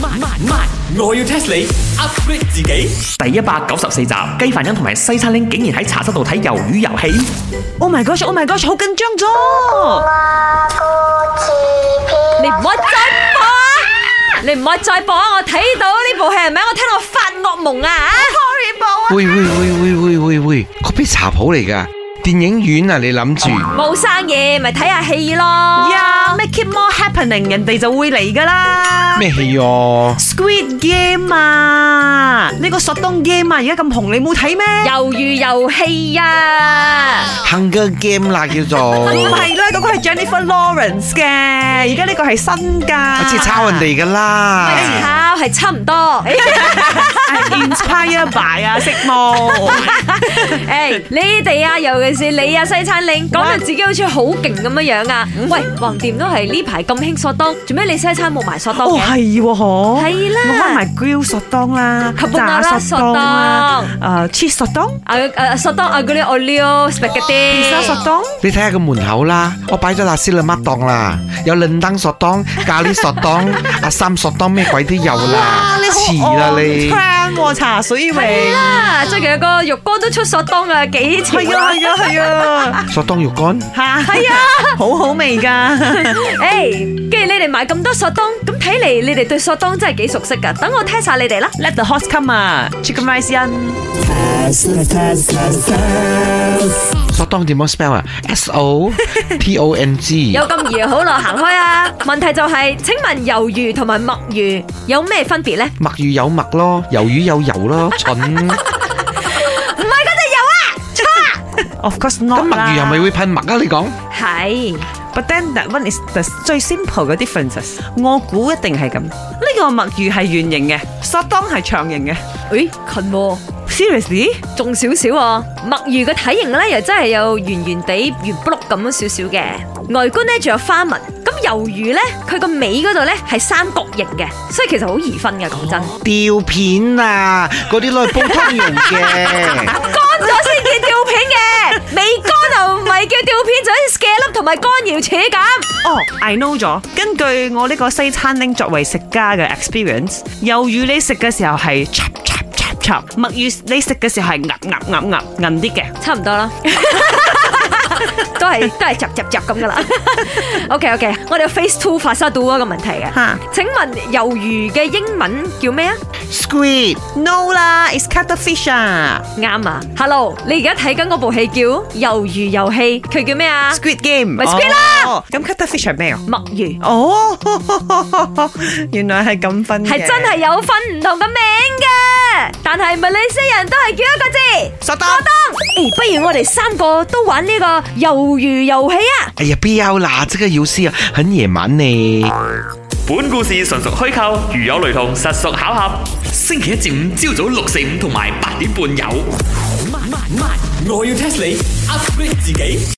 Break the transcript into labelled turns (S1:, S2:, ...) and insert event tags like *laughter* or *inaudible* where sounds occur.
S1: 慢慢慢，我要 test 你 upgrade 自己。第一百九十四集，雞凡欣同埋西餐拎竟然喺茶室度睇魷魚遊戲。
S2: Oh my gosh！Oh my gosh！好緊張咗，
S3: 你唔好再播啊！你唔好再播啊！我睇到呢部戲名，我聽到我發惡夢啊！
S4: 喂喂喂喂喂喂喂，嗰邊茶鋪嚟噶，電影院啊！你諗住
S3: 冇生意，咪睇下戲咯。
S2: 呀！Make it more happening，人哋就會嚟噶啦。
S4: 咩戲哦？
S2: Squid Game 啊，呢個索東 game 啊，而家咁紅，你冇睇咩？
S3: 魷魚遊戲啊！
S4: Hunger Game 啦叫做，
S2: 唔係啊啦，嗰個係 Jennifer Lawrence 嘅，而家呢個係新
S4: 我
S2: 㗎。
S4: 知抄人哋噶啦。
S3: 抄係啊差唔多。
S2: Inspire by 啊，色魔。
S3: 誒，你哋啊，尤其是你啊，西餐領講到自己好似好勁咁樣樣啊！喂，橫掂都係呢排咁興索當，做咩你西餐冇埋索當
S2: 哦，
S3: 嘅？
S2: 係喎，嗬。
S3: 係啦
S2: 我開埋 grill 索當啦，
S3: Carbonara
S2: 炸索當啦，誒 cheese 索當，
S3: 啊啊索當啊嗰啲 oleo spaghetti
S2: 披薩索當。
S4: 你睇下個門口啦，我擺咗辣絲兩乜檔啦，有嫩燈索當、咖喱索當、阿三索當咩鬼都有啦，遲啦你。
S2: 聽喎茶水味。
S3: 啊！最近有個浴缸都出索當啊，幾潮
S2: 係啊係啊係啊，
S4: 索當肉乾，
S2: 嚇係啊，好好味㗎。
S3: 誒，跟住你哋買咁多索當，咁睇嚟你哋對索當真係幾熟悉噶。等我 test 下你哋啦。
S2: *laughs* Let the horse come à. 啊，chicken rice in。
S4: 索當點樣 spell 啊？S O T O N
S3: *laughs*
S4: G
S3: 有。咁易好咯，行開啊！問題就係、請問魷魚同埋墨魚有咩分別呢？
S4: 墨魚有墨咯，魷魚有油咯，蠢。咁
S3: 唔係嗰隻魷啊！
S2: Of course not
S4: 墨
S2: 啦
S4: 魚係咪會噴墨啊？你講
S3: 係
S2: But then that one is the 最 simple 嘅 differences。我估一定係咁。呢個墨魚係圓形嘅，索當係長形嘅。
S3: 誒近喎、
S2: Seriously？
S3: 仲少少喎。墨魚嘅體型咧又真係有圓圓地圓卜碌咁樣少少嘅，外觀咧仲有花紋。咁魷魚咧，佢個尾嗰度咧係三角形嘅，所以其實好易分嘅。講真，
S4: 吊片啊，嗰啲攞嚟煲湯用
S3: *laughs*
S4: 嘅。
S3: 乾咗先叫吊片嘅，未乾就唔係叫吊片，就好似 scallop 同埋乾瑤柱咁。
S2: 哦、i know 咗。根據我呢個西餐廳作為食家嘅 experience，魷魚你食嘅時候係 chop chop chop chop，墨魚你食嘅時候係鴨鴨鴨鴨韌啲嘅。
S3: 差唔多啦。都係都係雜雜雜咁噶啦。OK OK，我哋 Face Two 發生到嗰個問題嘅。
S2: 嚇
S3: 請問魷魚嘅英文叫咩啊？
S4: Squid
S2: No 啦，it's cuttlefish 啊
S3: 啱啊，Hello，你而家睇緊嗰部戲叫《魷魚遊戲》，佢叫咩啊？
S2: ，squid game
S3: 咪 squid 啦
S2: 哦咁 cuttlefish 係咩啊？
S3: 墨
S2: *laughs*
S3: 魚，
S2: 哦，原來係咁分嘅，
S3: 係真係有分唔同嘅名嘅，但係馬來西亞人都係叫一個字。
S2: 索當。
S3: 當，誒，不如我哋三個都玩呢個魷魚遊戲啊！
S4: 哎呀，不要啦，這個遊戲啊很野蠻呢。
S1: 本故事純屬虛構，如有雷同，實屬巧合。星期一至五朝早六四五同埋八點半有。慢慢慢，我要 test 你 upgrade 自己。